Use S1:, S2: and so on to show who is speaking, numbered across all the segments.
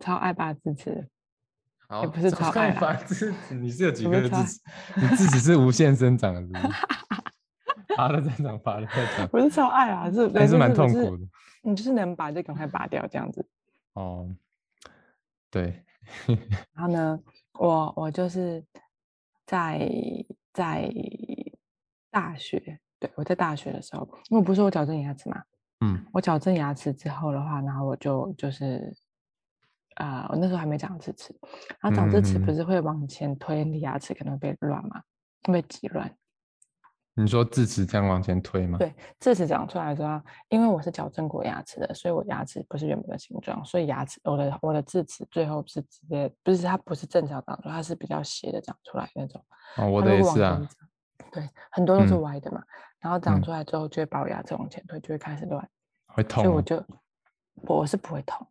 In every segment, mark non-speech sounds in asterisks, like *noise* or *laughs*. S1: 超爱拔智齿，
S2: 好，
S1: 不是
S2: 早
S1: 超
S2: 上
S1: 爱啊啦
S2: 拔智齿，你是有几
S1: 我不是
S2: 颗智
S1: 超爱
S2: 齿？你智齿是无限生长的是不是，拔了再长，拔了再长，
S1: 我是超爱啊，是
S2: 还是蛮痛。
S1: 对就
S2: 苦
S1: 是
S2: 的。
S1: 你就是能拔就赶快拔掉这样子。
S2: 哦，对，
S1: 然后呢，我我就是在在大学，对我在大学的时候，因为不是我矫正牙齿嘛，
S2: 嗯
S1: 我矫正牙齿之后的话，然后我就就是，啊，我那时候还没长智齿，然后长智齿
S2: 嗯嗯
S1: 不
S2: 嗯
S1: 是会往前推，你的牙齿可能会被乱嘛，会被挤乱。
S2: 你说智齿这样往前推吗？
S1: 对，智齿长出来之后，因为我是矫正过牙齿的，所以我牙齿不是原本的形状，所以牙齿我的我的智齿最后是直接不是它不是正常长出来，它是比较斜的长出来那种。
S2: 哦，我
S1: 它
S2: 的
S1: 如
S2: 也
S1: 果往
S2: 是啊
S1: 前。长。对，很多都是
S2: 嗯
S1: 歪的嘛，然后长
S2: 嗯
S1: 出来之后就会把我牙齿往前推，就会开始乱，
S2: 会
S1: 所以
S2: 痛
S1: 我
S2: 吗？
S1: 就我是不会痛，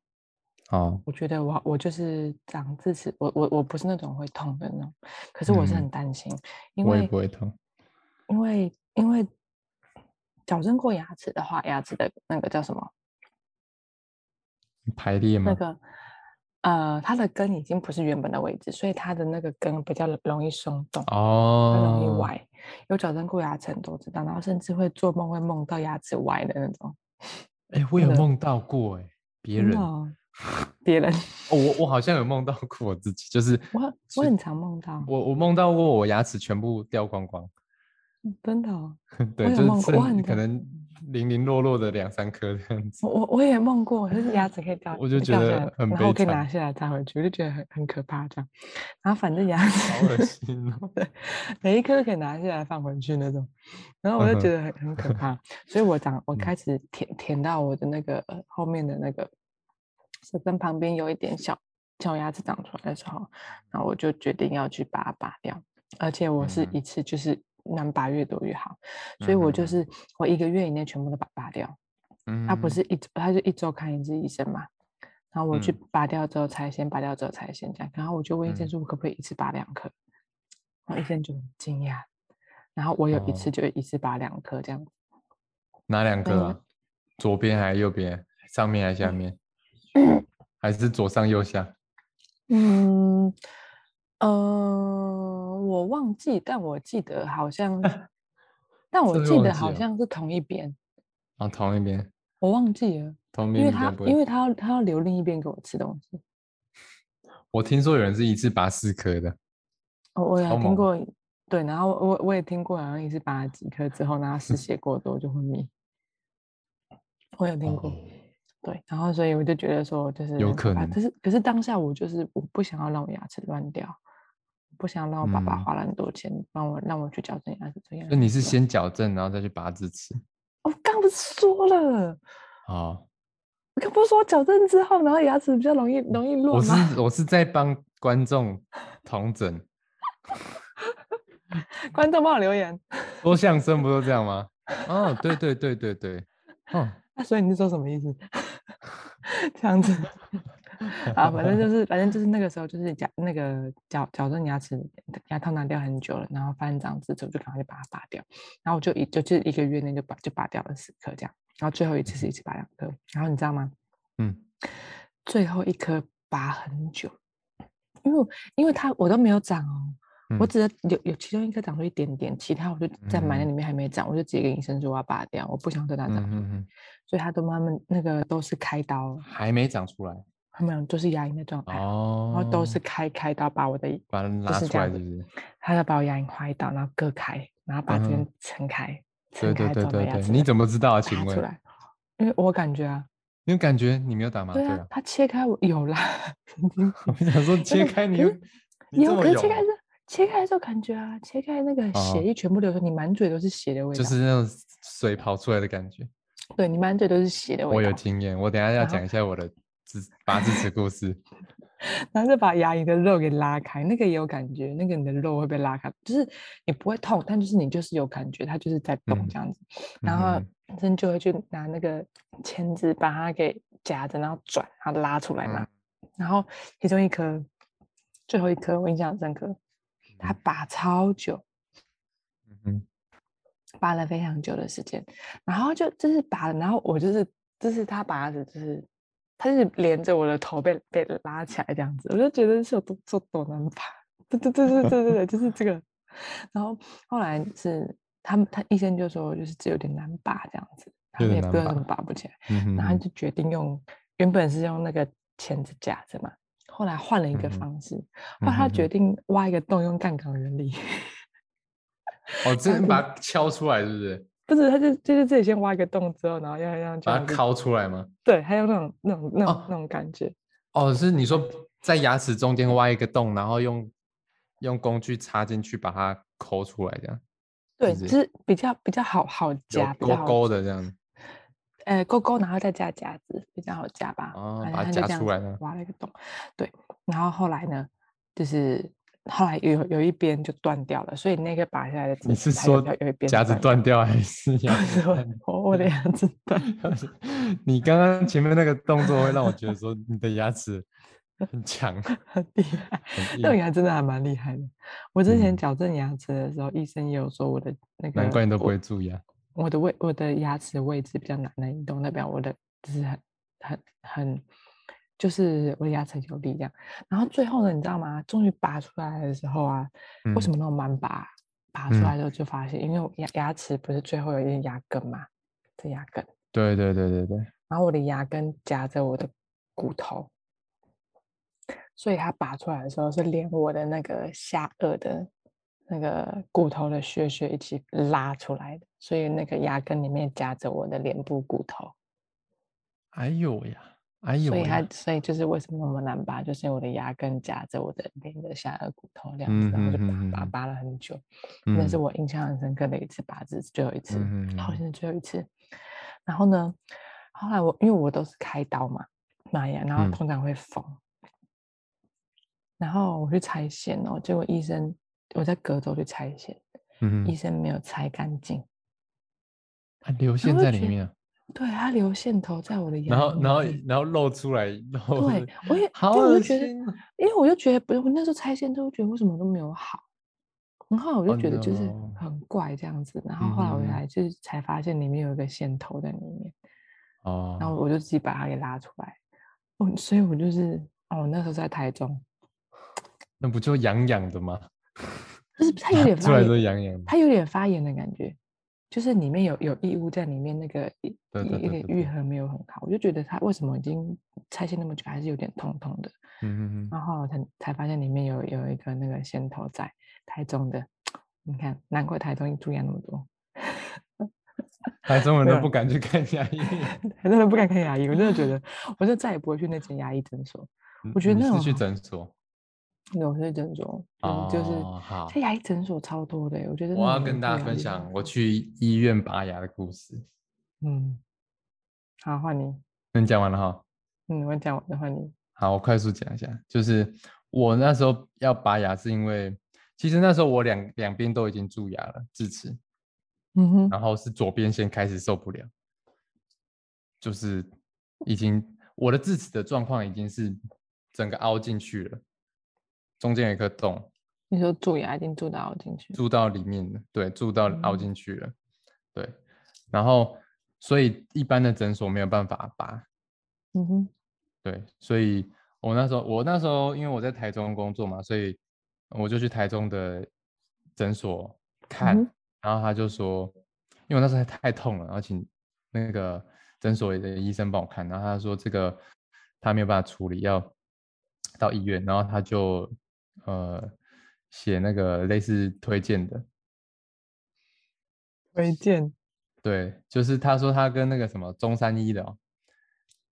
S2: 哦，
S1: 我觉得我我就是长智齿，我我我不是那种会痛的那种，可是我是
S2: 嗯
S1: 很担心，因
S2: 我也
S1: 为
S2: 不会痛。
S1: 因为因为矫正过牙齿的话，牙齿的那个叫什么？
S2: 排列吗
S1: 那？个呃，它的根已经不是原本的位置，所以它的那个根比较容易松动，很容易
S2: 哦，
S1: 歪。有矫正过牙齿的人都知道，然后甚至会做梦会梦到牙齿歪的那种。
S2: 哎，我
S1: 那
S2: 有
S1: 个
S2: 梦到过哎，别
S1: 真
S2: 人
S1: 的
S2: 哦，
S1: 哦，别人，
S2: 我我好像有梦到过我自己，就是
S1: 我很我
S2: 是
S1: 很常梦到，
S2: 我我梦到过我牙齿全部掉光光，
S1: 嗯真的哦，
S2: *laughs* 对，
S1: 我有
S2: 就
S1: 梦
S2: 是
S1: 过我
S2: 剩
S1: 很
S2: 可
S1: 多
S2: 能零零落落的两三颗这样子
S1: 我。我我也梦过，就是牙齿可以掉，
S2: 我就觉
S1: 掉下
S2: 得
S1: 来
S2: 很
S1: 然后我可
S2: 悲
S1: 以拿
S2: 惨
S1: 下来插回去，我就觉得很很可怕这样。然后反正牙齿
S2: 好恶
S1: *laughs*
S2: 心哦！
S1: 每一颗都可以拿下来放回去那种，然后我就觉得很很可怕，所以我
S2: *laughs*
S1: 长我
S2: 嗯
S1: 开始舔舔到我的那个、呃、后面的那个舌根旁边有一点小小牙齿长出来的时候，然后我就决定要去把它拔掉，而且我是
S2: 嗯
S1: 一次就是能拔越多越好，所以我就
S2: 嗯
S1: 是我一个月以内全部都把它拔掉，
S2: 嗯，
S1: 啊他不是一周，他就一周看一次医生嘛。然后我去
S2: 嗯
S1: 拔掉之后拆线，拔掉之后拆线这样。然后我就问医生
S2: 嗯
S1: 说，我可不可以一次拔两颗？然后医生就很惊讶。然后我有一次
S2: 哦
S1: 就一次拔两颗这样，
S2: 哪两
S1: 那
S2: 个
S1: 个
S2: 啊？左边还是右边？上面还是下面？还是左上右下？
S1: *coughs* 嗯，呃，我忘记，但我记得好 *laughs* 像，但我
S2: 真的
S1: 记
S2: 忘
S1: 得
S2: 记
S1: 好
S2: 了
S1: 像是同一边，
S2: 哦，同一边，
S1: 我忘记了，
S2: 同一
S1: 因
S2: 边
S1: 为
S2: 比较
S1: 他
S2: 不
S1: 因
S2: 会。
S1: 为他要他要留另一边给我吃东西。
S2: 我听说有人是一次拔四颗的，
S1: 哦我我也
S2: 超
S1: 听
S2: 猛
S1: 过，对，然后我我也听过，好像也是拔了几颗之后，然后
S2: 嗯
S1: 失血过多就昏迷。我有听过，
S2: 哦
S1: 对，然后所以我就觉得说，就是
S2: 有
S1: 很
S2: 可
S1: 怕
S2: 能
S1: 可是可是当下我就是我不想要让我牙齿乱掉，不想让我爸爸
S2: 嗯
S1: 花了很多钱帮我让我去矫正牙齿这样。
S2: 那你是先矫正，然后再去拔智齿？
S1: 我刚不是说了， *laughs*
S2: 哦，
S1: 我刚不是说矫正之后，然后牙齿比较容易容易
S2: 我
S1: 乱
S2: 是
S1: 吗？ *laughs*
S2: 我是在帮观众同诊。
S1: 观众帮我留言。
S2: 说相声不都这样吗？哦，对对对对对，
S1: *laughs*
S2: 哦，
S1: 那啊所以你是说什么意思？ *laughs* 这
S2: *laughs*
S1: 样子啊，反正就是反正就是那个时候就是矫那个矫矫正牙齿牙套拿掉很久了，然后发现长智齿，我就赶快就把它拔掉，然后我就一就就是一个月内就拔就拔掉了十颗这样，然后最后一次是一次拔两颗，然后你知道吗？
S2: 嗯，
S1: 最后一颗拔很久，因为我因为它我都没有长哦，我
S2: 嗯
S1: 只是有有其中一颗长出一点点，其他我就在埋在
S2: 嗯
S1: 里面还没长，我就直接跟医生说我要拔掉，我不想再它长
S2: 嗯嗯嗯，
S1: 所以他都慢慢那个都是开刀，
S2: 还没长出
S1: *laughs*
S2: 来
S1: 他们就是牙龈的状态啊，
S2: 哦，
S1: 然后都是开开刀把我的，
S2: 把它拉
S1: 是
S2: 出
S1: 这
S2: 来，
S1: 样
S2: 就
S1: 子
S2: 是
S1: 他要把我牙龈划一刀，然后割开，然后把这
S2: 嗯
S1: 边撑开，
S2: 对
S1: 撑
S2: 对
S1: 开
S2: 对
S1: 之后把
S2: 对
S1: 牙
S2: 对，
S1: 齿
S2: 你怎么知道
S1: 拔
S2: 啊？请
S1: 出
S2: 问，
S1: 来，因为我感觉啊，
S2: 你有感觉你没有打麻
S1: 对
S2: 醉
S1: 啊 *laughs*
S2: 啊，？
S1: 他切开我有啦，神经病
S2: 我想说切
S1: 可
S2: 开你
S1: 是
S2: 又， *laughs* 你这
S1: 有，
S2: 么
S1: 可是切
S2: 勇
S1: 开之后切开的时候感觉啊，切开那个
S2: 哦
S1: 血液全部流出，你满嘴都是血的味
S2: 就
S1: 道，
S2: 是那种水跑出来的感觉。
S1: 对你满嘴都是血的味道，
S2: 我有经验，我等一下要
S1: 然后
S2: 讲一下我的智拔智齿故
S1: *laughs*
S2: 事。嗯
S1: 然后再把牙龈的肉给拉开，那个也有感觉，那个你的肉会被拉开，就是你不会痛，但就是你就是有感觉，它就是在动
S2: 嗯
S1: 这样子。
S2: 嗯
S1: 然后
S2: 哼
S1: 医生就会去拿那个钳子把它给夹着，然后转，然后拉出来嘛。
S2: 嗯
S1: 然后其中一颗，最后一颗我印象很深刻，它
S2: 嗯
S1: 拔超久，
S2: 嗯哼
S1: 拔了非常久的时间，然后就就是拔了，然后我就是就是他拔的，就是它是连着我的头被被拉起来这样子，我就觉得是有多做多难爬，对对对对对对对，就是这个。然后后来是他们，他医生就说就是这有点难拔这样子，他
S2: 有
S1: 们也
S2: 点
S1: 不知道
S2: 难
S1: 怎么
S2: 拔
S1: 拔不起来，
S2: 嗯哼
S1: 然后
S2: 哼
S1: 他就决定用原本是用那个钳子夹着嘛，后来换了一个
S2: 嗯哼
S1: 方式，
S2: 嗯
S1: 后来他
S2: 哼
S1: 决
S2: 哼
S1: 定挖一个洞用杠杆原理。
S2: 哦，之
S1: 他
S2: 前
S1: 就
S2: 把它敲出来是不是？
S1: 不是，他就就是自己先挖一个洞之后，然后要让这
S2: 把它
S1: 样子，
S2: 敲出来吗？
S1: 对，他用那种那种那种、
S2: 哦
S1: 那种感觉，
S2: 哦，是你说在牙齿中间挖一个洞，然后用用工具插进去把它抠出来，这样
S1: 对，就
S2: 是
S1: 是比较比较好好夹，比
S2: 有
S1: 较
S2: 勾
S1: 好，
S2: 勾的这样。
S1: 呃，勾勾，然后再加夹子，比较好夹吧。
S2: 哦
S1: 反正
S2: 把它
S1: 他就
S2: 夹
S1: 这样
S2: 出
S1: 子
S2: 来呢
S1: 挖了一个洞，对。然后后来呢，就是后来有有一边就断掉了，所以那个拔下来的指甲，
S2: 你是
S1: 它有
S2: 说
S1: 有一边
S2: 夹子断掉还是
S1: 掉？ *laughs*
S2: 牙
S1: 不
S2: 齿
S1: 是我
S2: 断
S1: 我我
S2: *laughs*
S1: 的牙齿断掉，
S2: 掉？ *laughs* 你刚刚前面那个动作会让我觉得说你的牙齿很
S1: *laughs*
S2: 强，
S1: 很厉害。
S2: 很
S1: 那种
S2: 硬，
S1: 牙真的还蛮厉害的。我之前
S2: 嗯
S1: 矫正牙齿的时候，医生也有说我的那个，
S2: 难怪你都不会蛀牙。
S1: 我的位我的牙齿位置比较难难移动，代表我的就是很很很，就是我的牙齿很有力量。然后最后呢，你知道吗？终于拔出来的时候啊，为什
S2: 嗯
S1: 么那么慢拔？拔出
S2: 嗯
S1: 来之后就发现，因为我牙牙齿不是最后有一根牙根嘛，这牙根，
S2: 对对对对对，
S1: 然后我的牙根夹着我的骨头，所以它拔出来的时候是连我的那个下颚的那个骨头的血血一起拉出来的，所以那个牙根里面夹着我的脸部骨头，
S2: 哎呦呀，哎呦
S1: 所以它
S2: 呀，
S1: 所以就是为什么那么难拔，就是因为我的牙根夹着我的脸的下颚骨头这样子，然后就
S2: 嗯哼哼
S1: 拔拔
S2: 哼
S1: 拔了很久，那
S2: 嗯
S1: 是我印象很深刻的一次拔智齿，最后一次。
S2: 嗯嗯
S1: 好
S2: 嗯
S1: 像是最后一次。然后呢，后来我因为我都是开刀嘛，妈呀，然后
S2: 嗯
S1: 通常会缝。然后我去拆线哦，结果医生我在隔周去拆线，
S2: 嗯
S1: 医
S2: 哼，
S1: 生没有拆干净，
S2: 它流线
S1: 会
S2: 在
S1: 觉
S2: 里
S1: 得
S2: 面啊，
S1: 对他留线头在我的牙
S2: 然后
S1: 龈
S2: 然后
S1: 里面
S2: 然后露出来，露
S1: 对
S2: 出
S1: 我也
S2: *laughs* 好
S1: 对我就
S2: 恶
S1: 觉得
S2: 心啊。
S1: 因为我就觉得不是，我那时候拆线之后觉得为什么都没有好，然后我就
S2: Oh
S1: 觉得就是
S2: no
S1: 很怪这样子，然后后来我
S2: 嗯哼
S1: 才就是才发现里面有一个线头在里面。
S2: 哦，
S1: 然后我就自己把它给拉出来。哦，所以我就是哦，那时候在台中，
S2: 那不就痒痒的吗？
S1: 就是它有点
S2: 嗯出
S1: 发
S2: 来都
S1: 炎，
S2: 痒痒的。
S1: 它有点发炎的感觉，就是里面有有异物在里面，那个一
S2: 对
S1: 一
S2: 对
S1: 一个
S2: 对对嗯
S1: 愈
S2: 对
S1: 合没有很好，我就觉得它为什么已经拆线那么久，还是有点痛痛的。 *laughs*
S2: 嗯嗯嗯，
S1: 然后后来才才发现里面有有一个那个线头在台中的，你看，难怪台中住院那么多。 *laughs*
S2: 台中人
S1: 没
S2: 都
S1: 有
S2: 不敢去看牙医。
S1: 台中人不敢看牙医，我真的觉
S2: *laughs*
S1: 得，我就再也不会去那间牙医诊所。我觉得
S2: 你
S1: 那
S2: 是
S1: 种
S2: 去
S1: 好
S2: 诊所
S1: 有些诊所，嗯，就是
S2: 哦好
S1: 这牙医诊所超多的欸，我觉得那
S2: 我要
S1: 种
S2: 跟
S1: 门口
S2: 大家
S1: 牙
S2: 分
S1: 医
S2: 享
S1: 诊
S2: 我
S1: 所，
S2: 去医院拔牙的故事。
S1: 嗯，好，换你，
S2: 那你讲完了哈？
S1: 嗯，我讲完的换你，
S2: 好，我快速讲一下，就是我那时候要拔牙，是因为其实那时候我两两边都已经蛀牙了，智齿，
S1: 嗯哼，
S2: 然后是左边先开始受不了，就是已经我的智齿的状况已经是整个凹进去了，中间有一个洞，
S1: 你说蛀牙一定蛀到进去，
S2: 住到里面了，对，住到凹
S1: 嗯
S2: 进去了，对，然后所以一般的诊所没有办法拔，
S1: 嗯哼，
S2: 对，所以我那时候我那时候因为我在台中工作嘛，所以我就去台中的诊所看，
S1: 嗯哼
S2: 然后他就说，因为我那时候太痛了，然后请那个诊所的医生帮我看，然后他说这个他没有办法处理，要到医院，然后他就呃写那个类似推荐的，
S1: 推荐
S2: 对，就是他说他跟那个什么中山医的、哦，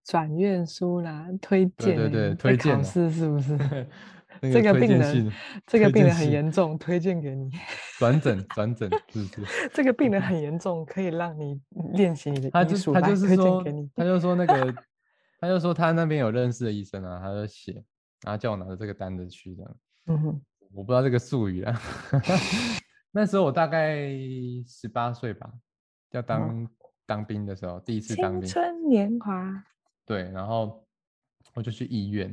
S1: 转院书啦，推
S2: 对
S1: 荐
S2: 对
S1: 欸，
S2: 对，
S1: 在
S2: 推
S1: 考
S2: 荐啊的
S1: 试是不是？
S2: *laughs* 那
S1: 这个
S2: 推
S1: 病
S2: 荐
S1: 人
S2: 信
S1: 这个
S2: 推
S1: 病
S2: 荐
S1: 人很
S2: 信
S1: 严重，推荐给你，
S2: 转诊转诊是不是？
S1: 这个病人很严重，可以让你练习你的
S2: 他
S1: 医
S2: 就
S1: 术
S2: 他
S1: 来
S2: 就是
S1: 推荐
S2: 说
S1: 给你，，
S2: 他就说那个，他就说他那边有认识的医生啊，他就写，然后叫我拿着这个单子去这样。
S1: 嗯哼，
S2: 我不知道这个术语啊， *laughs* 那时候我大概十八岁吧，要当、当兵的时候，第一次
S1: 哦
S2: 当
S1: 青
S2: 兵，
S1: 春年华，
S2: 对，然后我就去医院，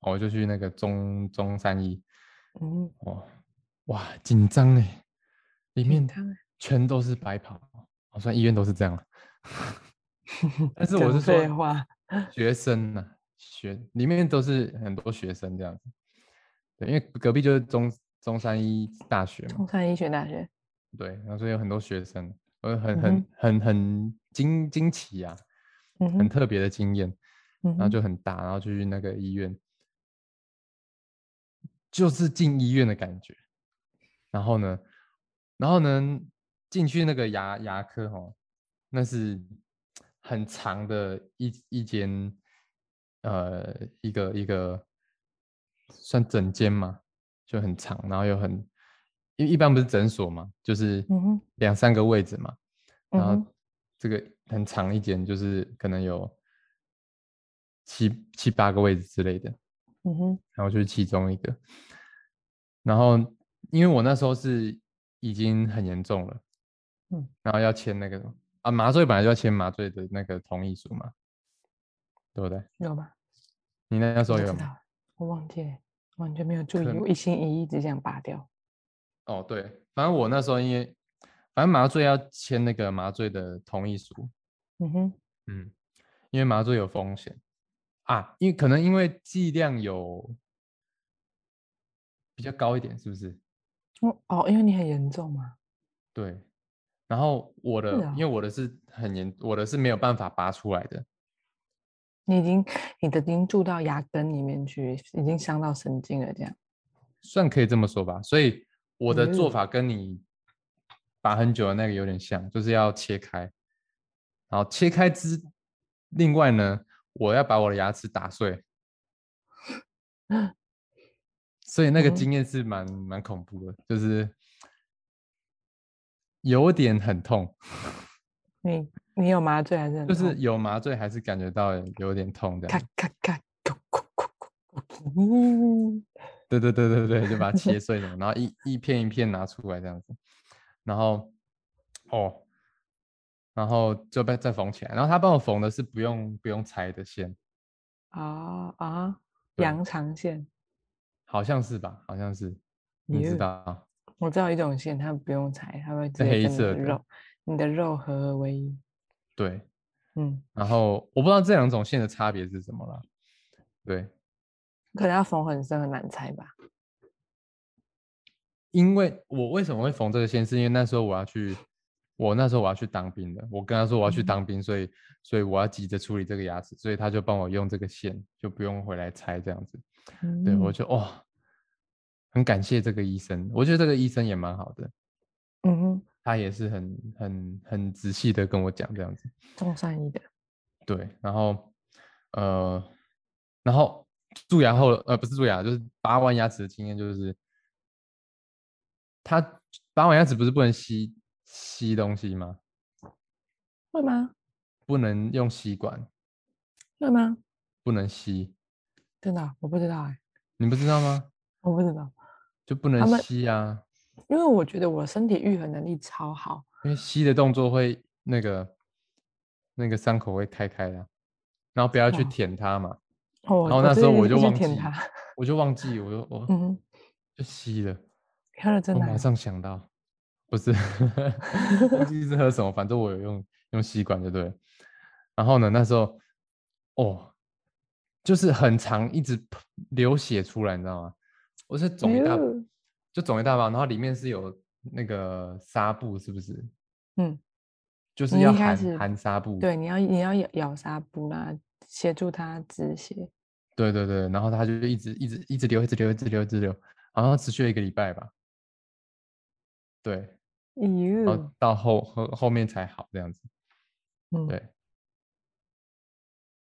S2: 哦我就去那个中中山医，
S1: 嗯，
S2: 哦，哇，紧张哎，里面
S1: 他们
S2: 全都是白袍，哦
S1: *laughs*
S2: 好 *laughs* 像医院都是这样了。但是我
S1: 讲
S2: 是
S1: 废
S2: 说
S1: 话，
S2: 学生呐、啊学里面都是很多学生这样子，对，因为隔壁就是中中山医大学嘛，
S1: 中山医学大学，
S2: 对，然后所以有很多学生，呃，很
S1: 嗯
S2: 很很很惊惊奇啊，
S1: 嗯
S2: 很
S1: 哼，
S2: 特别的经验，
S1: 嗯
S2: 然后
S1: 哼
S2: 就很大，然后就去那个医院，就是进医院的感觉。然后呢，然后呢，进去那个牙牙科哦，那是很长的一一间，呃，一个一个算整间嘛，就很长，然后又很，一一般不是诊所嘛，就是
S1: 嗯哼
S2: 两三个位置嘛，
S1: 嗯
S2: 然后
S1: 哼
S2: 这个很长一间，就是可能有七七八个位置之类的，
S1: 嗯哼，
S2: 然后就是其中一个。然后因为我那时候是已经很严重了，
S1: 嗯，
S2: 然后要签那个啊麻醉本来就要签麻醉的那个同意书嘛，对不对？
S1: 有吧？
S2: 你那时候
S1: 我
S2: 有
S1: 知
S2: 吗
S1: 道，我忘记了，完全没有注意，
S2: 可
S1: 我一心一意只想拔掉。
S2: 哦，对，反正我那时候因为反正麻醉要签那个麻醉的同意书，
S1: 嗯哼，
S2: 嗯，因为麻醉有风险啊，因为可能因为剂量有比较高一点，是不是？
S1: 哦哦，因为你很严重嘛，
S2: 对。然后我的，因为
S1: 啊
S2: 我的是很严，我的是没有办法拔出来的。
S1: 你已经你的已经蛀到牙根里面去，已经伤到神经了，这样。
S2: 算可以这么说吧。所以我的做
S1: 嗯
S2: 法跟你拔很久的那个有点像，就是要切开，然后切开之，另外呢，我要把我的牙齿打碎，所以那个
S1: 嗯
S2: 经验是蛮蛮恐怖的，就是有点很痛，
S1: 你你有麻醉还是很
S2: 就是
S1: 痛
S2: 有麻醉还是感觉到有点痛这
S1: 咔
S2: 样。
S1: 咔咔，咕咕咕咕咕咕，
S2: 对对对对对，就把它切碎了，然后一一片一片拿出来这样子，然后哦，然后就被再缝起来。然后他帮我缝的是不用不用拆的线，
S1: 啊啊，
S2: 对
S1: 羊肠线，
S2: 好像是吧？好像是，你知
S1: 耶
S2: 道？
S1: 我知道一种线，它不用裁，它会直接
S2: 黑
S1: 跟你
S2: 色
S1: 的
S2: 的
S1: 肉，你的肉合而为一。
S2: 对。
S1: 嗯，
S2: 然后我不知道这两种线的差别是什么啦。对，
S1: 可能要缝很深，很难裁吧。
S2: 因为我为什么会缝这个线，是因为那时候我要去，我那时候我要去当兵的，我跟他说我要去
S1: 嗯
S2: 当兵，所以所以我要急着处理这个牙齿，所以他就帮我用这个线，就不用回来拆这样子。对，我
S1: 嗯
S2: 就哇、很感谢这个医生，我觉得这个医生也蛮好的，
S1: 嗯哼，
S2: 他也是很很很仔细的跟我讲这样子。
S1: 中山医的，
S2: 对，然后呃，然后蛀牙后，呃，不是蛀牙，就是拔完牙齿的经验就是，他拔完牙齿不是不能吸吸东西吗？
S1: 会吗？
S2: 不能用吸管，
S1: 会吗？
S2: 不能吸，
S1: 真的啊，我不知道哎，
S2: 你不知道吗？
S1: 我不知道，
S2: 就不
S1: 他
S2: 能
S1: 们
S2: 吸啊，
S1: 因为我觉得我身体愈合能力超好，
S2: 因为吸的动作会那个那个伤口会开开的啊，然后不要去
S1: 哇
S2: 舔它嘛。
S1: 哦，我
S2: 然后那时候
S1: 最近
S2: 我就
S1: 一直
S2: 忘记
S1: 舔它，
S2: 我就忘记，我就我
S1: 嗯哼，
S2: 就吸了，
S1: 喝了真
S2: 我
S1: 的啊
S2: 马上想到，不是忘记是喝什么，反正我有用用吸管就对了。然后呢，那时候哦，就是很长，一直喷流血出来，你知道吗？我是肿一大，
S1: 哎呦
S2: 就肿一大包，然后里面是有那个纱布，是不是？
S1: 嗯，
S2: 就是
S1: 你
S2: 要
S1: 一开
S2: 含
S1: 始
S2: 含纱布，
S1: 对，你要你要咬咬纱布啦，协助它止血。
S2: 对对对，然后他就一直一直一直流，一直流，一直流，一直流，好像持续了一个礼拜吧。对，然
S1: 咦
S2: 后，到后后后面才好这样子，
S1: 嗯，
S2: 对。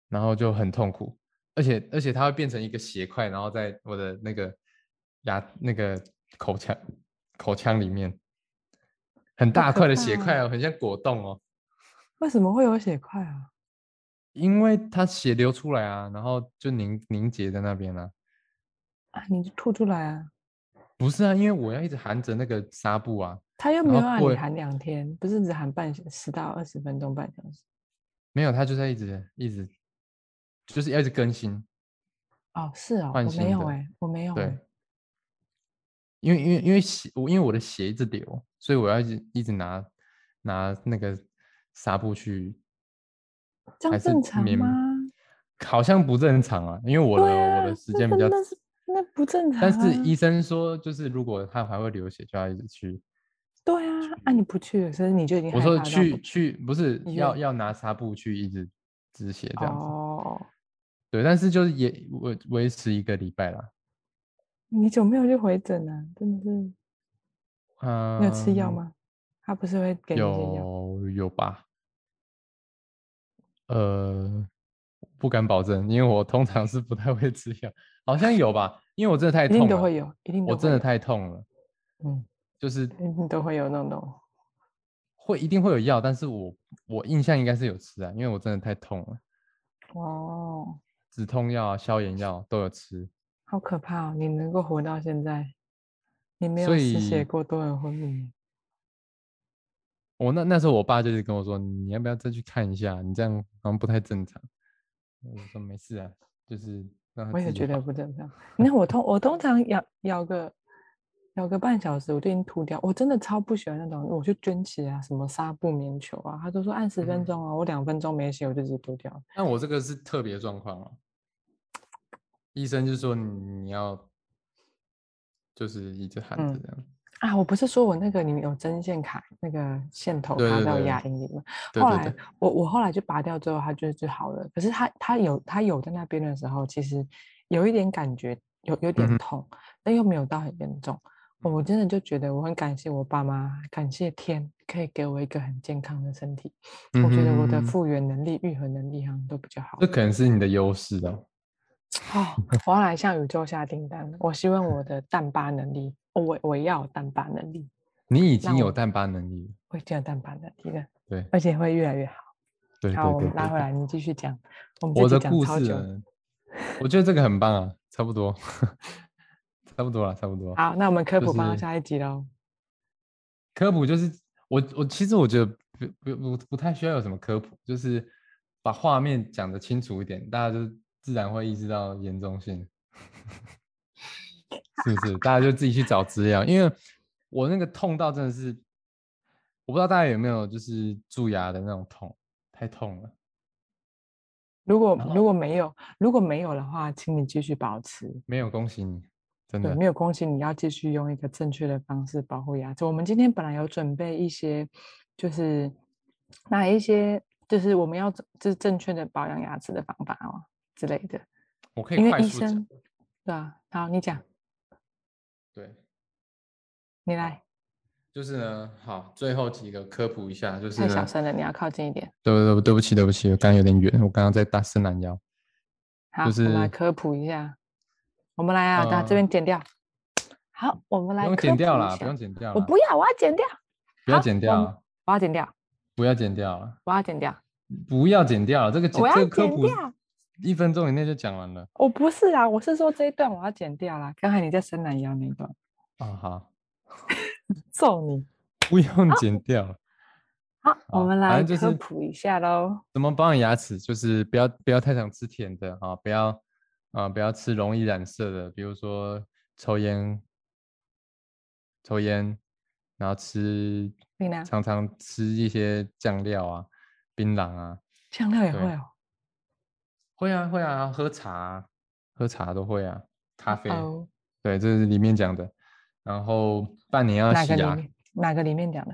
S2: 然后就很痛苦，而且而且它会变成一个斜块，然后在我的那个牙那个口腔口腔里面，很大
S1: 可
S2: 块的
S1: 怕
S2: 血块哦，很像果冻哦，
S1: 为什么会有血块啊？
S2: 因为它血流出来啊，然后就凝凝结在那边了、
S1: 啊，你就吐出来啊！
S2: 不是啊，因为我要一直含着那个纱布啊，
S1: 他又
S2: 然
S1: 没有
S2: 后
S1: 让
S2: 过
S1: 你
S2: 一
S1: 含两天，不是只含半小十到二十分钟，半小时
S2: 没有，他就在一直一直，就是要一直更新。
S1: 哦，是哦，
S2: 换
S1: 我
S2: 新
S1: 没有
S2: 的
S1: 哎、我没有哎、
S2: 对，因为因为因为血，我因为我的血一直流，所以我要一直一直拿拿那个纱布去，
S1: 这
S2: 还
S1: 样
S2: 是
S1: 正常
S2: 棉
S1: 吗？
S2: 好像不正常啊，因为我的、
S1: 对啊
S2: 我的时
S1: 那
S2: 间比
S1: 真
S2: 较，
S1: 的是那不正常
S2: 但是
S1: 啊
S2: 医生说，就是如果他还会流血，就要一直去。
S1: 对啊，啊你不去了，所以你就已经
S2: 我
S1: 害
S2: 说
S1: 怕到
S2: 去
S1: 不
S2: 去不是
S1: 医
S2: 要
S1: 院
S2: 要拿纱布去一直止血这样子，
S1: 哦，
S2: 对，但是就是也维维持一个礼拜啦。
S1: 你久没有去回诊了、真的是。
S2: 嗯，
S1: 你有吃药？吗？他不是会给你一啊些药？
S2: 有有吧？呃，不敢保证，因为我通常是不太会吃药，好像有吧？因为我真的太
S1: 一定
S2: 痛
S1: 都
S2: 了，
S1: 会有，一定都
S2: 我
S1: 会
S2: 真的
S1: 有
S2: 太痛了，
S1: 嗯，
S2: 就是
S1: 一定都会有那种
S2: 会一定会有药，但是我我印象应该是有吃啊，因为我真的太痛了，
S1: 哦，
S2: 止痛药啊、消炎药都有吃，
S1: 好可怕哦！你能够活到现在，你没有
S2: 所
S1: 失血
S2: 以
S1: 过多而昏迷，
S2: 我那那时候我爸就是跟我说，你要不要再去看一下？你这样好像不太正常。我就说没事啊，就是让他
S1: 我
S2: 自
S1: 也
S2: 己
S1: 觉得
S2: 好
S1: 不正常。 *laughs* 你看我通我通常咬咬个咬个半小时，我就已经吐掉。我真的超不喜欢那种，我去捐血啊，什么纱布、棉球啊，他都说按十分
S2: 嗯
S1: 钟啊，我两分钟没血我就直接丢掉了。
S2: 但我这个是特别状况哦，医生就说你要就是一直喊着
S1: 嗯
S2: 这样。
S1: 啊，我不是说我那个里面有针线卡，那个线头
S2: 对
S1: 卡
S2: 对
S1: 到
S2: 对
S1: 牙龈里吗？
S2: 对
S1: 后
S2: 对
S1: 来
S2: 对，
S1: 我我后来就拔掉之后，它就就好了。可是它它有它有在那边的时候，其实有一点感觉，有有
S2: 嗯
S1: 点
S2: 哼嗯
S1: 痛，但又没有到很严重。我真的就觉得我很感谢我爸妈，感谢天可以给我一个很健康的身体。我觉得我的
S2: 嗯哼
S1: 复原能力、愈合能力好像都比较好。
S2: 这可能是你的优势哦。 *laughs*
S1: 哦，我要来向宇宙下订单了。我希望我的淡疤能力，哦我我要有淡疤能力，
S2: 你已
S1: 那
S2: 经有
S1: 我
S2: 淡疤能力了，
S1: 我已经有淡疤能力了，
S2: 对
S1: 而且会越来越好。
S2: 对对
S1: 好，我
S2: 对
S1: 们
S2: 对
S1: 拉回
S2: 对
S1: 来，你继续讲。我们这
S2: 我
S1: 集
S2: 的
S1: 讲
S2: 故
S1: 超
S2: 事啊
S1: 久了
S2: 呢， *laughs* 我觉得这个很棒啊，差不多， *laughs* 差不多了，差不多。
S1: 好，那我们科
S2: 就
S1: 普放到
S2: 是
S1: 下一集喽。
S2: 科普就是我我其实我觉得不不不不太需要有什么科普，就是把画面讲得清楚一点，大家就自然会意识到严重性，是不是？大家就自己去找资料，因为我那个痛到真的是，我不知道大家有没有就是蛀牙的那种痛，太痛了。
S1: 如果
S2: 然
S1: 如果没有，如果没有的话，请你继续保持。
S2: 没有，恭喜你，真
S1: 对，
S2: 的
S1: 没。有恭喜你要继续用一个正确的方式保护牙齿。我们今天本来有准备一些，就是哪一些就是我们要怎就是正确的保养牙齿的方法哦之类的，
S2: 我可以
S1: 因为
S2: 快
S1: 医
S2: 速讲
S1: 生，对啊，好，你讲，
S2: 对。
S1: 你来，
S2: 就是呢，好，最后几个科普一下，就是
S1: 太小
S2: 呢，
S1: 声了，你要靠近一点。
S2: 对对对不起对不起，我刚刚有点远，我刚刚在大伸懒腰。
S1: 好，
S2: 就
S1: 我们来
S2: 是
S1: 科普一下。我们来啊，大家这
S2: 呃
S1: 边剪掉。好，我们
S2: 不
S1: 来
S2: 用
S1: 科
S2: 剪掉
S1: 普一
S2: 啦，不
S1: 下
S2: 用剪掉啦，
S1: 我不要，我要剪掉，
S2: 不要
S1: 好
S2: 剪
S1: 我
S2: 掉
S1: 们
S2: 啊，
S1: 我要剪掉，
S2: 不要剪掉啦，
S1: 我要剪掉。
S2: 不要剪掉啦，这个
S1: 我
S2: 这
S1: 要
S2: 个科
S1: 剪
S2: 普
S1: 掉
S2: 一分钟以内就讲完了
S1: 我不是啊，我是说这一段我要剪掉啦。刚才你在伸懒腰那一段，
S2: 啊，好，
S1: 揍你！
S2: 不
S1: 啊
S2: 用剪掉啦，
S1: 好，我
S2: 好
S1: 们
S2: 反
S1: 来
S2: 正就
S1: 科
S2: 是
S1: 普一下喽。
S2: 怎么保养牙齿，就是不要不要太常吃甜的啊，不要啊不要吃容易染色的，比如说抽烟，抽烟，然后吃
S1: 槟榔
S2: 常常吃一些酱料啊，槟榔啊，
S1: 酱料也
S2: 对
S1: 会哦。
S2: 会啊会啊，喝茶啊喝茶都会啊，咖啡，
S1: 哦，
S2: 对，这是里面讲的。然后半年要
S1: 哪
S2: 洗
S1: 个里
S2: 牙，
S1: 面哪个里面讲的？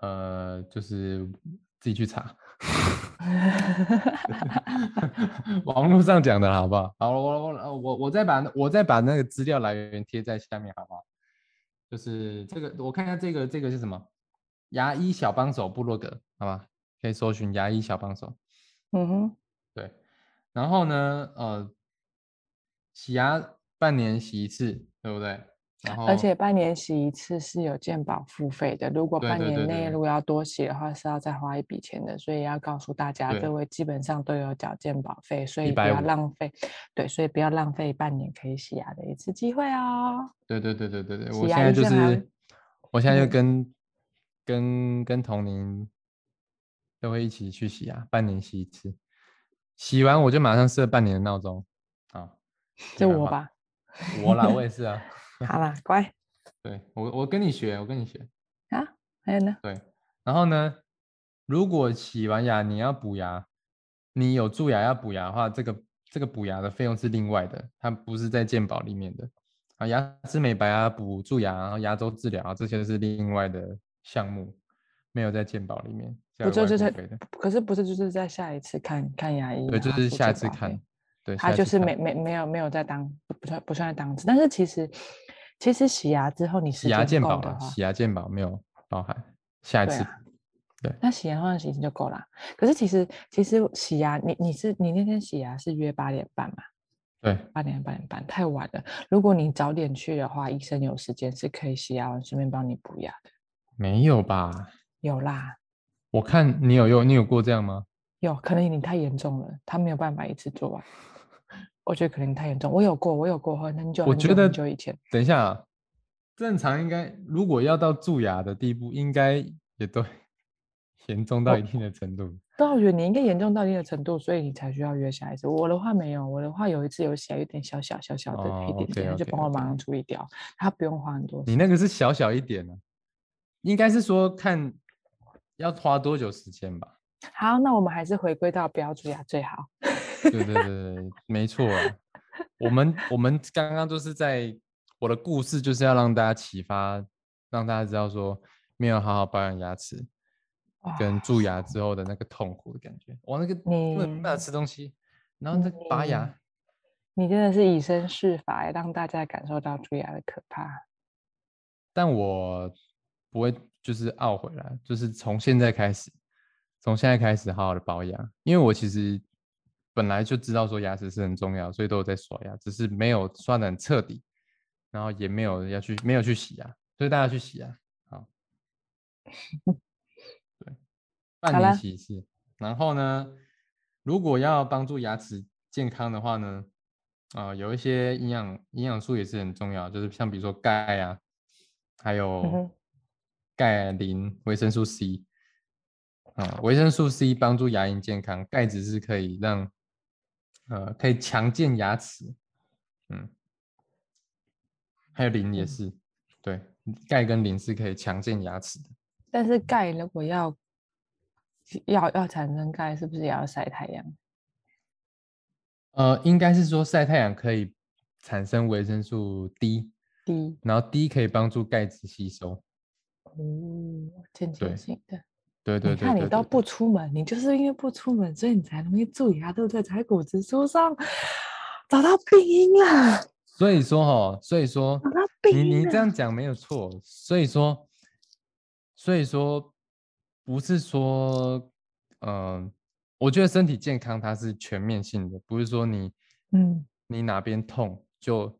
S1: *laughs*
S2: 呃，就是自己去查， *laughs* 网络上讲的啦好不好？好，我我我我再把那我再把那个资料来源贴在下面好不好？就是这个，我看一下这个这个是什么？牙医小帮手部落格，好吧？可以搜寻牙医小帮手。
S1: 嗯哼，
S2: 对，然后呢，呃，洗牙半年洗一次，对不对？然后
S1: 而且半年洗一次是有健保付费的，如果
S2: 对
S1: 半
S2: 对
S1: 年
S2: 对对
S1: 内
S2: 对
S1: 如果要多洗的话，是要再花一笔钱的，所以要告诉大家，
S2: 对
S1: 各位基本上都有缴健保费，所以不
S2: 150
S1: 要浪费，对，所以不要浪费半年可以洗牙的一次机会哦。
S2: 对对对对对对，
S1: 洗
S2: 我
S1: 牙
S2: 现在
S1: 医
S2: 就
S1: 生还会
S2: 是，我现
S1: 嗯
S2: 在就跟、跟跟同龄都会一起去洗牙，半年洗一次，洗完我就马上设半年的闹钟，啊，题
S1: 就
S2: 外
S1: 我
S2: 话，
S1: 吧，
S2: 我啦，我也是啊，
S1: 好啦，乖
S2: 对我我跟你学，我跟你学，
S1: 啊，还有呢？
S2: 对，然后呢，如果洗完牙你要补牙，你有蛀牙要补牙的话，这个这个补牙的费用是另外的，它不是在健保里面的啊。牙齿美白啊、补蛀牙、然后牙周治疗啊，这些是另外的项目，没有在健保里面。
S1: 不就
S2: 啊额外
S1: 就
S2: 付
S1: 是
S2: 费的，
S1: 可是不是就是在下一次看看牙医吗？啊
S2: 对，就是
S1: 付健
S2: 下一次
S1: 保费
S2: 看，对，
S1: 他
S2: 下一
S1: 就
S2: 次
S1: 是
S2: 看
S1: 没没没有没有在当不算不算在当值，但是其实其实洗牙之后你时
S2: 洗牙
S1: 间
S2: 健
S1: 够
S2: 保
S1: 的
S2: 了，
S1: 话，
S2: 洗牙健保没有包含，下一
S1: 对
S2: 次
S1: 啊那洗牙后的时间就够啦。可是其实其实洗牙，你你是你那天洗牙是约八点半嘛？
S2: 对
S1: 八点八点半太晚了。如果你早点去的话，医生有时间是可以洗牙完顺便帮你补牙的。
S2: 没有吧？
S1: 有啦，
S2: 我看你有用，你有过这样吗？
S1: 有可能你太严重了，他没有办法一次做完。我觉得可能太严重，我有过，我有过很久
S2: 我
S1: 很久
S2: 觉得
S1: 很久以前。
S2: 等一下啊，正常应该如果要到蛀牙的地步，应该也都 *laughs* 严重到
S1: 哦
S2: 一定的程度。
S1: 但我觉得你应该严重到一定的程度，所以你才需要约下一次。我的话没有，我的话有一次有起来有点小小小小的
S2: 哦
S1: 一点点，他就帮我马上处理掉，他不用花很多
S2: 你
S1: 钱。
S2: 那个是小小一点呢、啊应该是说看要花多久时间吧？
S1: 好，那我们还是回归到不要蛀牙最好。
S2: 对对对对，没错啊。我们我们刚刚就是在我的故事就是要让大家启发，让大家知道说没有好好保养牙齿，
S1: 哇
S2: 跟蛀牙之后的那个痛苦的感觉。我那个根本没办法
S1: 你
S2: 吃东西，然后那个拔牙。
S1: 你真的是以身试法欸，让大家感受到蛀牙的可怕。
S2: 但我不会就是懊悔啦，就是从现在开始，从现在开始好好的保养，因为我其实本来就知道说牙齿是很重要，所以都有在刷牙，只是没有刷的很彻底，然后也没有要去没有去洗牙，所以大家去洗牙，好， *laughs* 对，半
S1: 好
S2: 年
S1: 啦
S2: 洗一次，然后呢，如果要帮助牙齿健康的话呢，啊、有一些营养营养素也是很重要，就是像比如说钙啊，还有
S1: 嗯哼
S2: 钙、磷、维生素 C。啊，维生素 C 帮助牙龈健康，钙质是可以让，呃，可以强健牙齿，嗯，还有磷也
S1: 嗯
S2: 是，对，钙跟磷是可以强健牙齿的。
S1: 但是钙如果要要要产生钙，是不是也要晒太阳？
S2: 呃，应该是说晒太阳可以产生维生素 D，
S1: 第一，
S2: 然后 D 可以帮助钙质吸收。
S1: 嗯，渐
S2: 对
S1: 进性的。
S2: 对对
S1: 你
S2: 对，
S1: 哎看，
S2: 对
S1: 你
S2: 对
S1: 都
S2: 对
S1: 不出门，你就是因为不出门，所以你才容易蛀牙，对不对？才骨质疏松，找到病因了，
S2: 所以说哈，所以说
S1: 找到
S2: 你
S1: 啊病
S2: 你
S1: 因
S2: 这
S1: 了。
S2: 样讲没有错。所以说，所以说不是说，嗯、我觉得身体健康它是全面性的，不是说你
S1: 嗯，
S2: 你哪边痛就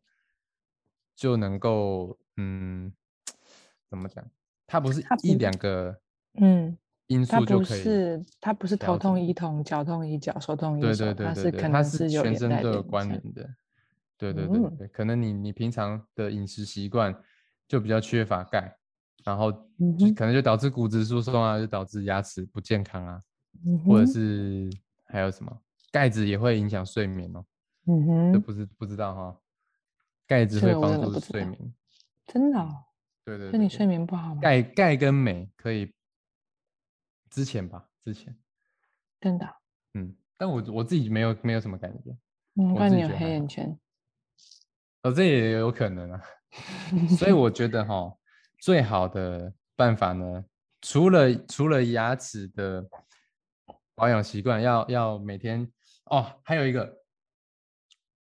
S2: 就能够嗯，怎么讲？它不是
S1: 它
S2: 一
S1: 不
S2: 两个
S1: 嗯
S2: 因
S1: 它
S2: 素就
S1: 不
S2: 可以。
S1: 是它不是头
S2: 调整
S1: 痛医头，脚痛医脚，手痛医
S2: 对
S1: 手，
S2: 对对
S1: 它
S2: 对
S1: 是
S2: 对，
S1: 可
S2: 它
S1: 能
S2: 是
S1: 有
S2: 全
S1: 连
S2: 身
S1: 带
S2: 都有
S1: 联
S2: 关
S1: 想
S2: 联的。对对对
S1: 嗯
S2: 对，可能你你平常的饮食习惯就比较缺乏钙，然后
S1: 嗯
S2: 就
S1: 哼
S2: 可能就导致骨质疏松啊，就导致牙齿不健康啊，
S1: 嗯
S2: 或者
S1: 哼
S2: 是还有什么钙质也会影响睡眠哦，
S1: 嗯
S2: 这
S1: 哼，
S2: 不是不知道哈，钙质
S1: 这
S2: 会
S1: 个我
S2: 帮
S1: 真的
S2: 助
S1: 不知
S2: 睡
S1: 道
S2: 眠。
S1: 真的
S2: 嗯
S1: 哦，
S2: 对对
S1: 所
S2: 对
S1: 以你
S2: 对
S1: 睡眠不好吗？
S2: 钙钙跟镁可以，之前吧，之前，
S1: 真的哦，
S2: 嗯，但我我自己没有没有什么感觉，
S1: 难
S2: 我
S1: 嗯怪
S2: 自
S1: 你有
S2: 己觉得
S1: 黑
S2: 还
S1: 眼
S2: 好
S1: 圈。
S2: 哦，这也有可能啊。所以我觉得哈，最好的办法呢，除了除了牙齿的保养习惯，要要每天哦，还有一个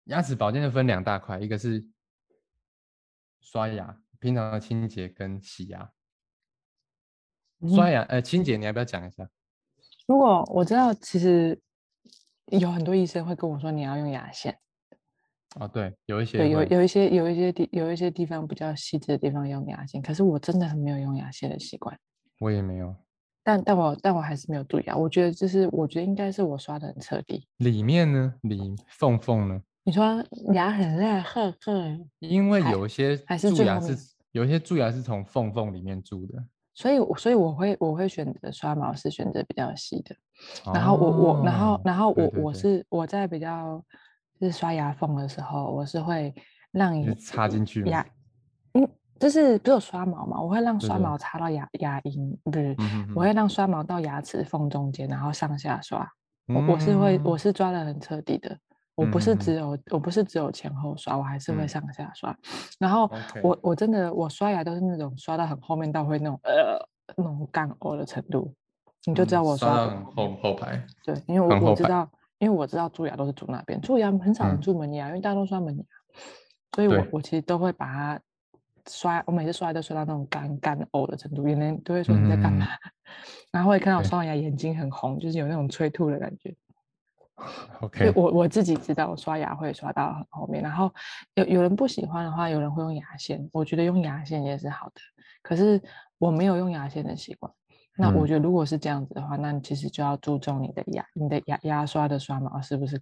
S2: 牙齿保健就分两大块，一个是刷牙，平常的清洁跟洗牙。刷
S1: 嗯
S2: 牙，呃，清洁你要不要讲一下？
S1: 如果我知道，其实有很多医生会跟我说你要用牙线。
S2: 哦，对，有一些
S1: 对，有
S2: 会
S1: 有一些有一些地有一些地方比较细致的地方用牙线，可是我真的很没有用牙线的习惯。
S2: 我也没有，
S1: 但但我但我还是没有蛀牙，我觉得就是我觉得应该是我刷的很彻底。
S2: 里面呢，里缝缝呢，
S1: 你说牙很烂，呵呵，
S2: 因为
S1: 还
S2: 有一些
S1: 还是
S2: 蛀
S1: 最
S2: 牙
S1: 后
S2: 是
S1: 面
S2: 有一些蛀牙是从缝缝里面蛀的。
S1: 所以我所以我会我会选择刷毛是选择比较细的，然后我我然后
S2: 哦
S1: 然后
S2: 对
S1: 我
S2: 对
S1: 我
S2: 对
S1: 是我在比较就是刷牙缝的时候，我是会让
S2: 你
S1: 你
S2: 就插进去嘛
S1: 牙，嗯，就是不是有刷毛嘛，我会让
S2: 对
S1: 刷
S2: 对
S1: 毛插到牙牙龈，不是，
S2: 嗯哼
S1: 我
S2: 哼
S1: 会让刷毛到牙齿缝中间，然后上下刷。我我是会我
S2: 嗯
S1: 是抓的很彻底的，我不是
S2: 嗯嗯嗯
S1: 只有我不是只有前后刷，我还是会
S2: 嗯
S1: 上下刷。然后
S2: OK
S1: 我我真的我刷牙都是那种刷到很后面到会那种呃那种干呕的程度，你就知
S2: 嗯
S1: 道我
S2: 刷
S1: 刷
S2: 到
S1: 得
S2: 很后后排，
S1: 对，因为
S2: 很
S1: 我
S2: 后
S1: 我知
S2: 排
S1: 道，因为我知道蛀牙都是蛀那边，蛀牙很少人
S2: 嗯
S1: 蛀门牙，因为大家都刷门牙，所以我
S2: 对
S1: 我其实都会把它刷，我每次刷牙都刷到那种干干呕的程度，别人都会说你在干
S2: 嗯
S1: 嘛， *laughs* 然后会看到我
S2: 对
S1: 刷完牙眼睛很红，就是有那种催吐的感觉。所以
S2: OK，
S1: 我我自己知道，我刷牙会刷到很后面，然后有有人不喜欢的话，有人会用牙线，我觉得用牙线也是好的，可是我没有用牙线的习惯。那我
S2: 嗯
S1: 觉得如果是这样子的话，那你其实就要注重你的牙、你的牙牙刷的刷毛是不是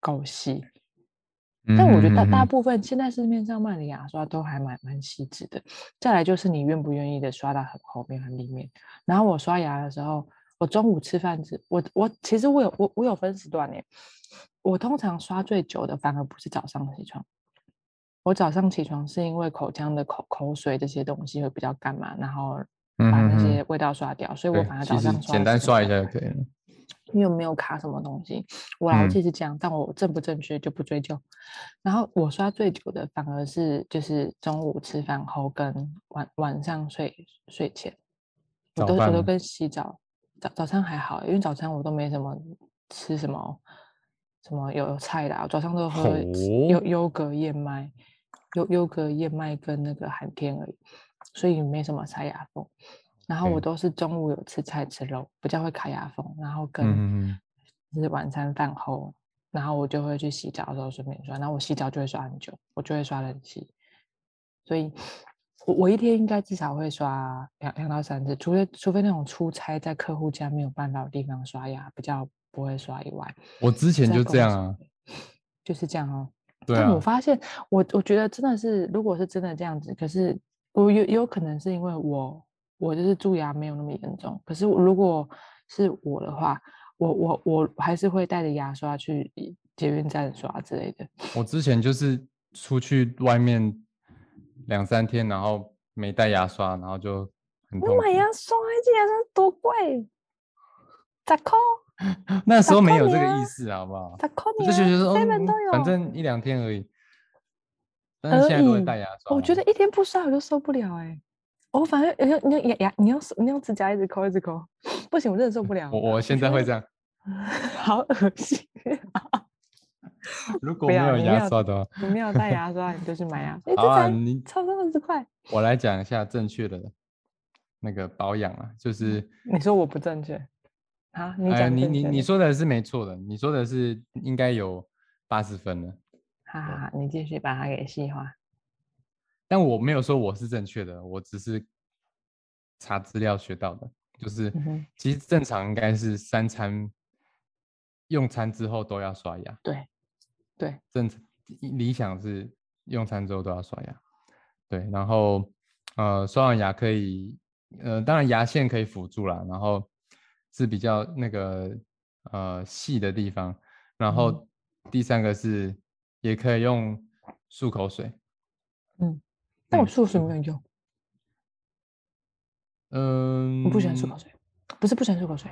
S1: 够细。但我觉得大大
S2: 嗯哼嗯哼
S1: 部分现在市面上卖的牙刷都还蛮蛮细致的。再来就是你愿不愿意的刷到很后面很里面。然后我刷牙的时候，我中午吃饭之我我其实我有我我有分时段诶，我通常刷最久的反而不是早上起床，我早上起床是因为口腔的口口水这些东西会比较干嘛，然后把
S2: 嗯
S1: 那
S2: 哼哼
S1: 些味道刷掉，所以我
S2: 对
S1: 反而
S2: 其
S1: 早
S2: 实
S1: 上刷的
S2: 简单
S1: 时
S2: 刷一
S1: 候
S2: 下就可以了。
S1: 因为没有卡什么东西，我老记
S2: 嗯
S1: 是这样，但我正不正确就不追究。然后我刷最久的反而是就是中午吃饭后跟晚晚上睡睡前，我
S2: 早
S1: 都我
S2: 饭
S1: 都
S2: 吗
S1: 跟洗澡早早餐还好，欸因为早餐我都没什么吃什么什么有有菜的啊、我早上都喝优
S2: 哦
S1: 优格燕麦，优优格燕麦跟那个寒天而已，所以没什么塞牙缝。然后我
S2: OK
S1: 都是中午有吃菜吃肉，比较会卡牙缝，然后
S2: 嗯
S1: 跟
S2: 嗯
S1: 就是晚餐饭后，然后我就会去洗澡的时候顺便刷，然后我洗澡就会刷很久，我就会刷得很细，所以我我一天应该至少会刷两两到三次，除非除非那种出差在客户家没有办法的地方刷牙，比较不会刷以外，
S2: 我之前
S1: 在
S2: 就
S1: 公
S2: 这样
S1: 司
S2: 啊，
S1: 就是这样哦。
S2: 对
S1: 但
S2: 啊
S1: 我，发现，我我觉得真的是，如果是真的这样子，可是我有有可能是因为我我就是蛀牙没有那么严重，可是如果是我的话，我我我还是会带着牙刷去一捷运站刷之类的。
S2: 我之前就是出去外面两三天，然后没带牙刷，然后就很
S1: Oh
S2: 痛苦。
S1: 刷，这牙刷多贵？咋扣？
S2: 那时候
S1: 打
S2: 没
S1: 扣
S2: 有这
S1: 你
S2: 个
S1: 啊
S2: 意思，好不好？
S1: 咋扣
S2: 我就觉得说，嗯
S1: 啊都
S2: 反
S1: 有
S2: 正一两天而已。但
S1: 而
S2: 是现在都会
S1: 已
S2: 带牙刷了。
S1: 我觉得一天不刷我就受不了哎、我反正你用你用牙牙，你用手你用指甲一直抠一直抠， *laughs* 不行，我真的受不了。
S2: 我我现在
S1: 觉
S2: 会
S1: 得
S2: 这样，
S1: 好恶心！
S2: 如果
S1: 不
S2: 没
S1: 要
S2: 有
S1: 你没
S2: 牙
S1: 有
S2: 刷的话，
S1: 你没有带牙刷，你就去买牙刷。哎、
S2: 好啊，
S1: 这才
S2: 你
S1: 超过二十块。
S2: 我来讲一下正确的那个保养啊，就是
S1: 你说我不正确啊？嗯你
S2: 哎，
S1: 讲
S2: 你
S1: 正
S2: 你
S1: 确
S2: 你
S1: 的，
S2: 说的是没错的，你说的是应该有八十分的，
S1: 哈哈哈，你继续把它给细化。
S2: 但我没有说我是正确的，我只是查资料学到的，就是
S1: 嗯哼，
S2: 其实正常应该是三餐用餐之后都要刷牙，
S1: 对对，
S2: 正常理想是用餐之后都要刷牙，对，然后呃刷完牙可以，呃当然牙线可以辅助啦，然后是比较那个呃细的地方，然
S1: 嗯
S2: 后第三个是也可以用漱口水，
S1: 但我
S2: 嗯
S1: 漱口水
S2: 漱口
S1: 没有用，
S2: 嗯，
S1: 我不喜欢漱口水，不是不喜欢漱口水。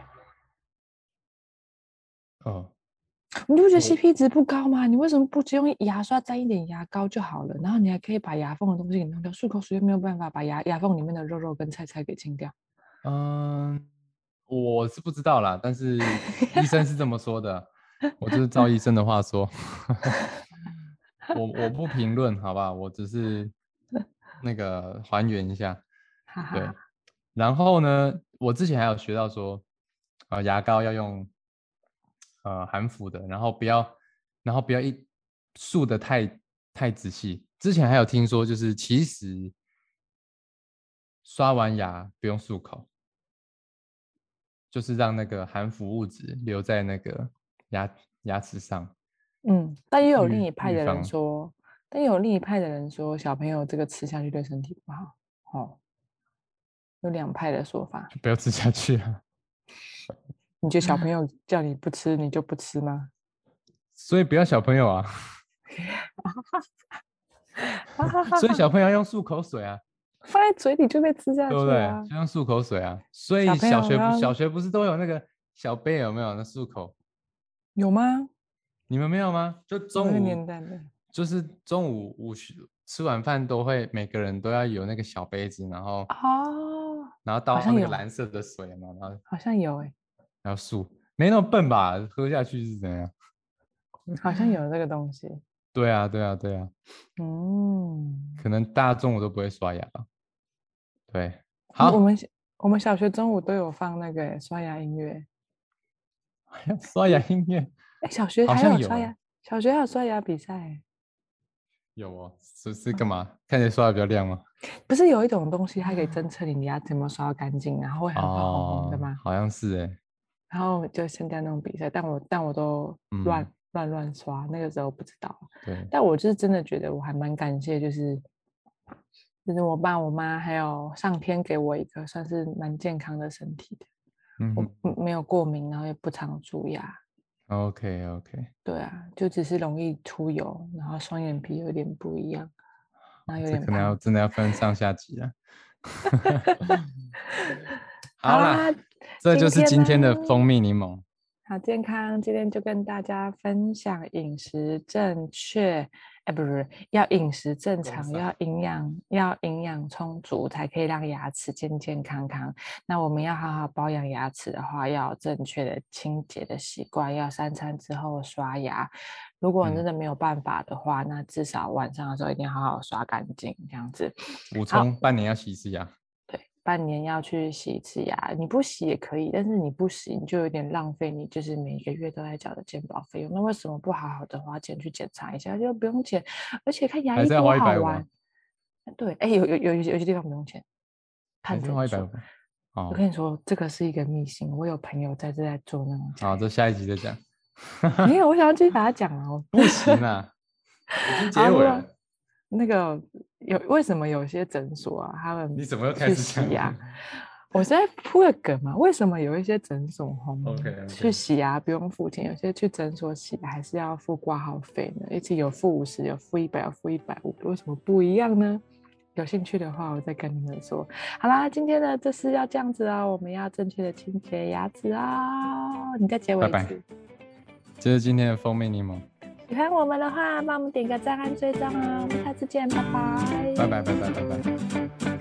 S2: 哦，
S1: 你不觉得
S2: 我
S1: CP 值不高吗？你为什么不只用牙刷沾一点牙膏就好了？然后你还可以把牙缝的东西给弄掉，漱口水又没有办法把牙牙缝里面的肉肉跟菜菜给清掉。
S2: 嗯，我是不知道啦，但是医生是这么说的，我就是照医生的话说， *laughs* 我我不评论，好吧，我只是那个还原一下，
S1: 哈哈
S2: 对
S1: 哈，。
S2: 然后呢，我之前还有学到说，呃，牙膏要用呃含氟的，然后不要，然后不要一漱的太太仔细。之前还有听说，就是其实刷完牙不用漱口，就是让那个含氟物质留在那个牙牙齿上。
S1: 嗯，但也有另
S2: 预
S1: 一派
S2: 预
S1: 的人
S2: 防
S1: 说，但也有另一派的人说，小朋友这个吃下去对身体不好。哦，有两派的说法。
S2: 就不要吃下去啊。
S1: 你觉得小朋
S2: *laughs*
S1: 友叫你不吃，你就不吃吗？
S2: 所以不要小朋友啊，
S1: 哈哈哈
S2: 所以
S1: 哈，
S2: 小朋友要用漱口水啊，
S1: 放在嘴里就被吃下去
S2: 对不对？
S1: 啊
S2: 就。像漱口水啊，所以
S1: 小朋
S2: 小
S1: 友
S2: 学不
S1: 要
S2: 小学不是都有那个小杯有没有？那漱口
S1: 有吗？
S2: 你们没有吗？就中
S1: 那
S2: 午
S1: 个年代没有。
S2: 就是中午午休吃完饭都会每个人都要有那个小杯子，然后
S1: 哦，
S2: 然后倒
S1: 啊像
S2: 上那个
S1: 有
S2: 蓝色的水嘛，然后
S1: 好像有哎、
S2: 然后漱，没那么笨吧？喝下去是怎样？
S1: 好像有这个东西。
S2: 对啊，对啊，对啊，
S1: 嗯，
S2: 可能大家中午都不会刷牙吧。对，
S1: 我
S2: 好
S1: 我，们小我们小学中午都有放那个欸刷牙音乐。
S2: *laughs* 刷牙音乐
S1: 哎、小学
S2: 好
S1: 还
S2: 像
S1: 有
S2: 有
S1: 刷
S2: 欸
S1: 牙，小学还有刷牙比赛欸、
S2: 有哦，是是干嘛？看起来刷的比较
S1: *laughs*
S2: 亮吗？
S1: 不是有一种东西，它可以侦测你的牙齿有没有刷到干净，然后会很黄红红的
S2: 嗯哦
S1: 吗？
S2: 好像是哎、
S1: 然后就参加那种比赛，但我但我都乱、
S2: 嗯
S1: 乱乱刷，那个时候不知道。
S2: 对，
S1: 但我就是真的觉得我还蛮感谢，就是就是我爸我妈还有上天给我一个算是蛮健康的身体的，
S2: 嗯
S1: 我嗯没有过敏，然后也不常蛀牙。
S2: ，OK OK，
S1: 对啊，就只是容易出油，然后双眼皮有点不一样，然后有
S2: 哦这
S1: 点
S2: 可能要
S1: 胖。
S2: 真的要分上下集
S1: *laughs*
S2: 了。
S1: 好
S2: 好啦
S1: 啦，
S2: 这就是今
S1: 今
S2: 天的
S1: 天呢
S2: 蜂蜜柠檬。
S1: 好健康，今天就跟大家分享饮食正确，哎，不是要饮食正
S2: 正
S1: 常，
S2: 常
S1: 要营养，要营养充足，才可以让牙齿健健康康。那我们要好好保养牙齿的话，要有正确的清洁的习惯，要三餐之后刷牙。如果真
S2: 嗯
S1: 的没有办法的话，那至少晚上的时候一定要好好刷干净，这样子。
S2: 补充半年要洗一次牙，
S1: 对，半年要去洗一次牙，你不洗也可以，但是你不洗你就有点浪费你就是每个月都在缴的健保费用。那为什么不好好的花钱去检查一下，就不用钱？而且看牙
S2: 还
S1: 医
S2: 是要
S1: 多
S2: 花
S1: 好
S2: 150啊
S1: 玩。对，哎，有有有有些有些地方不用钱，看
S2: 还
S1: 诊
S2: 是花一百
S1: 所
S2: 五。哦
S1: 我，跟你说，这个是一个秘辛。我有朋友在这在做那
S2: *laughs*
S1: 种
S2: 好，
S1: 假
S2: 这下一集再讲。
S1: 牙，没有，我想要继续把它讲哦。
S2: 不行啦，已经结
S1: 好啊
S2: 尾
S1: 那
S2: 了，
S1: 那个有为什么有些诊所啊，他们
S2: 你怎么又
S1: 去
S2: 开始
S1: 洗
S2: 讲了
S1: 牙？我是在铺个梗嘛？为什么有一些诊所吼
S2: OK，OK
S1: 去洗牙不用付钱，有些去诊所洗牙还是要付挂号费呢？而且有付五十，有付一百，有付一百五，为什么不一样呢？有兴趣的话，我再跟你们说。好啦，今天呢，就是要这样子啊，我们要正确的清洁牙齿哦。你在结尾一次。
S2: 拜拜这是今天的蜂蜜柠檬，
S1: 喜欢我们的话，帮我们点个赞、按追踪哦。我们下次见，拜拜。
S2: 拜拜拜拜拜拜。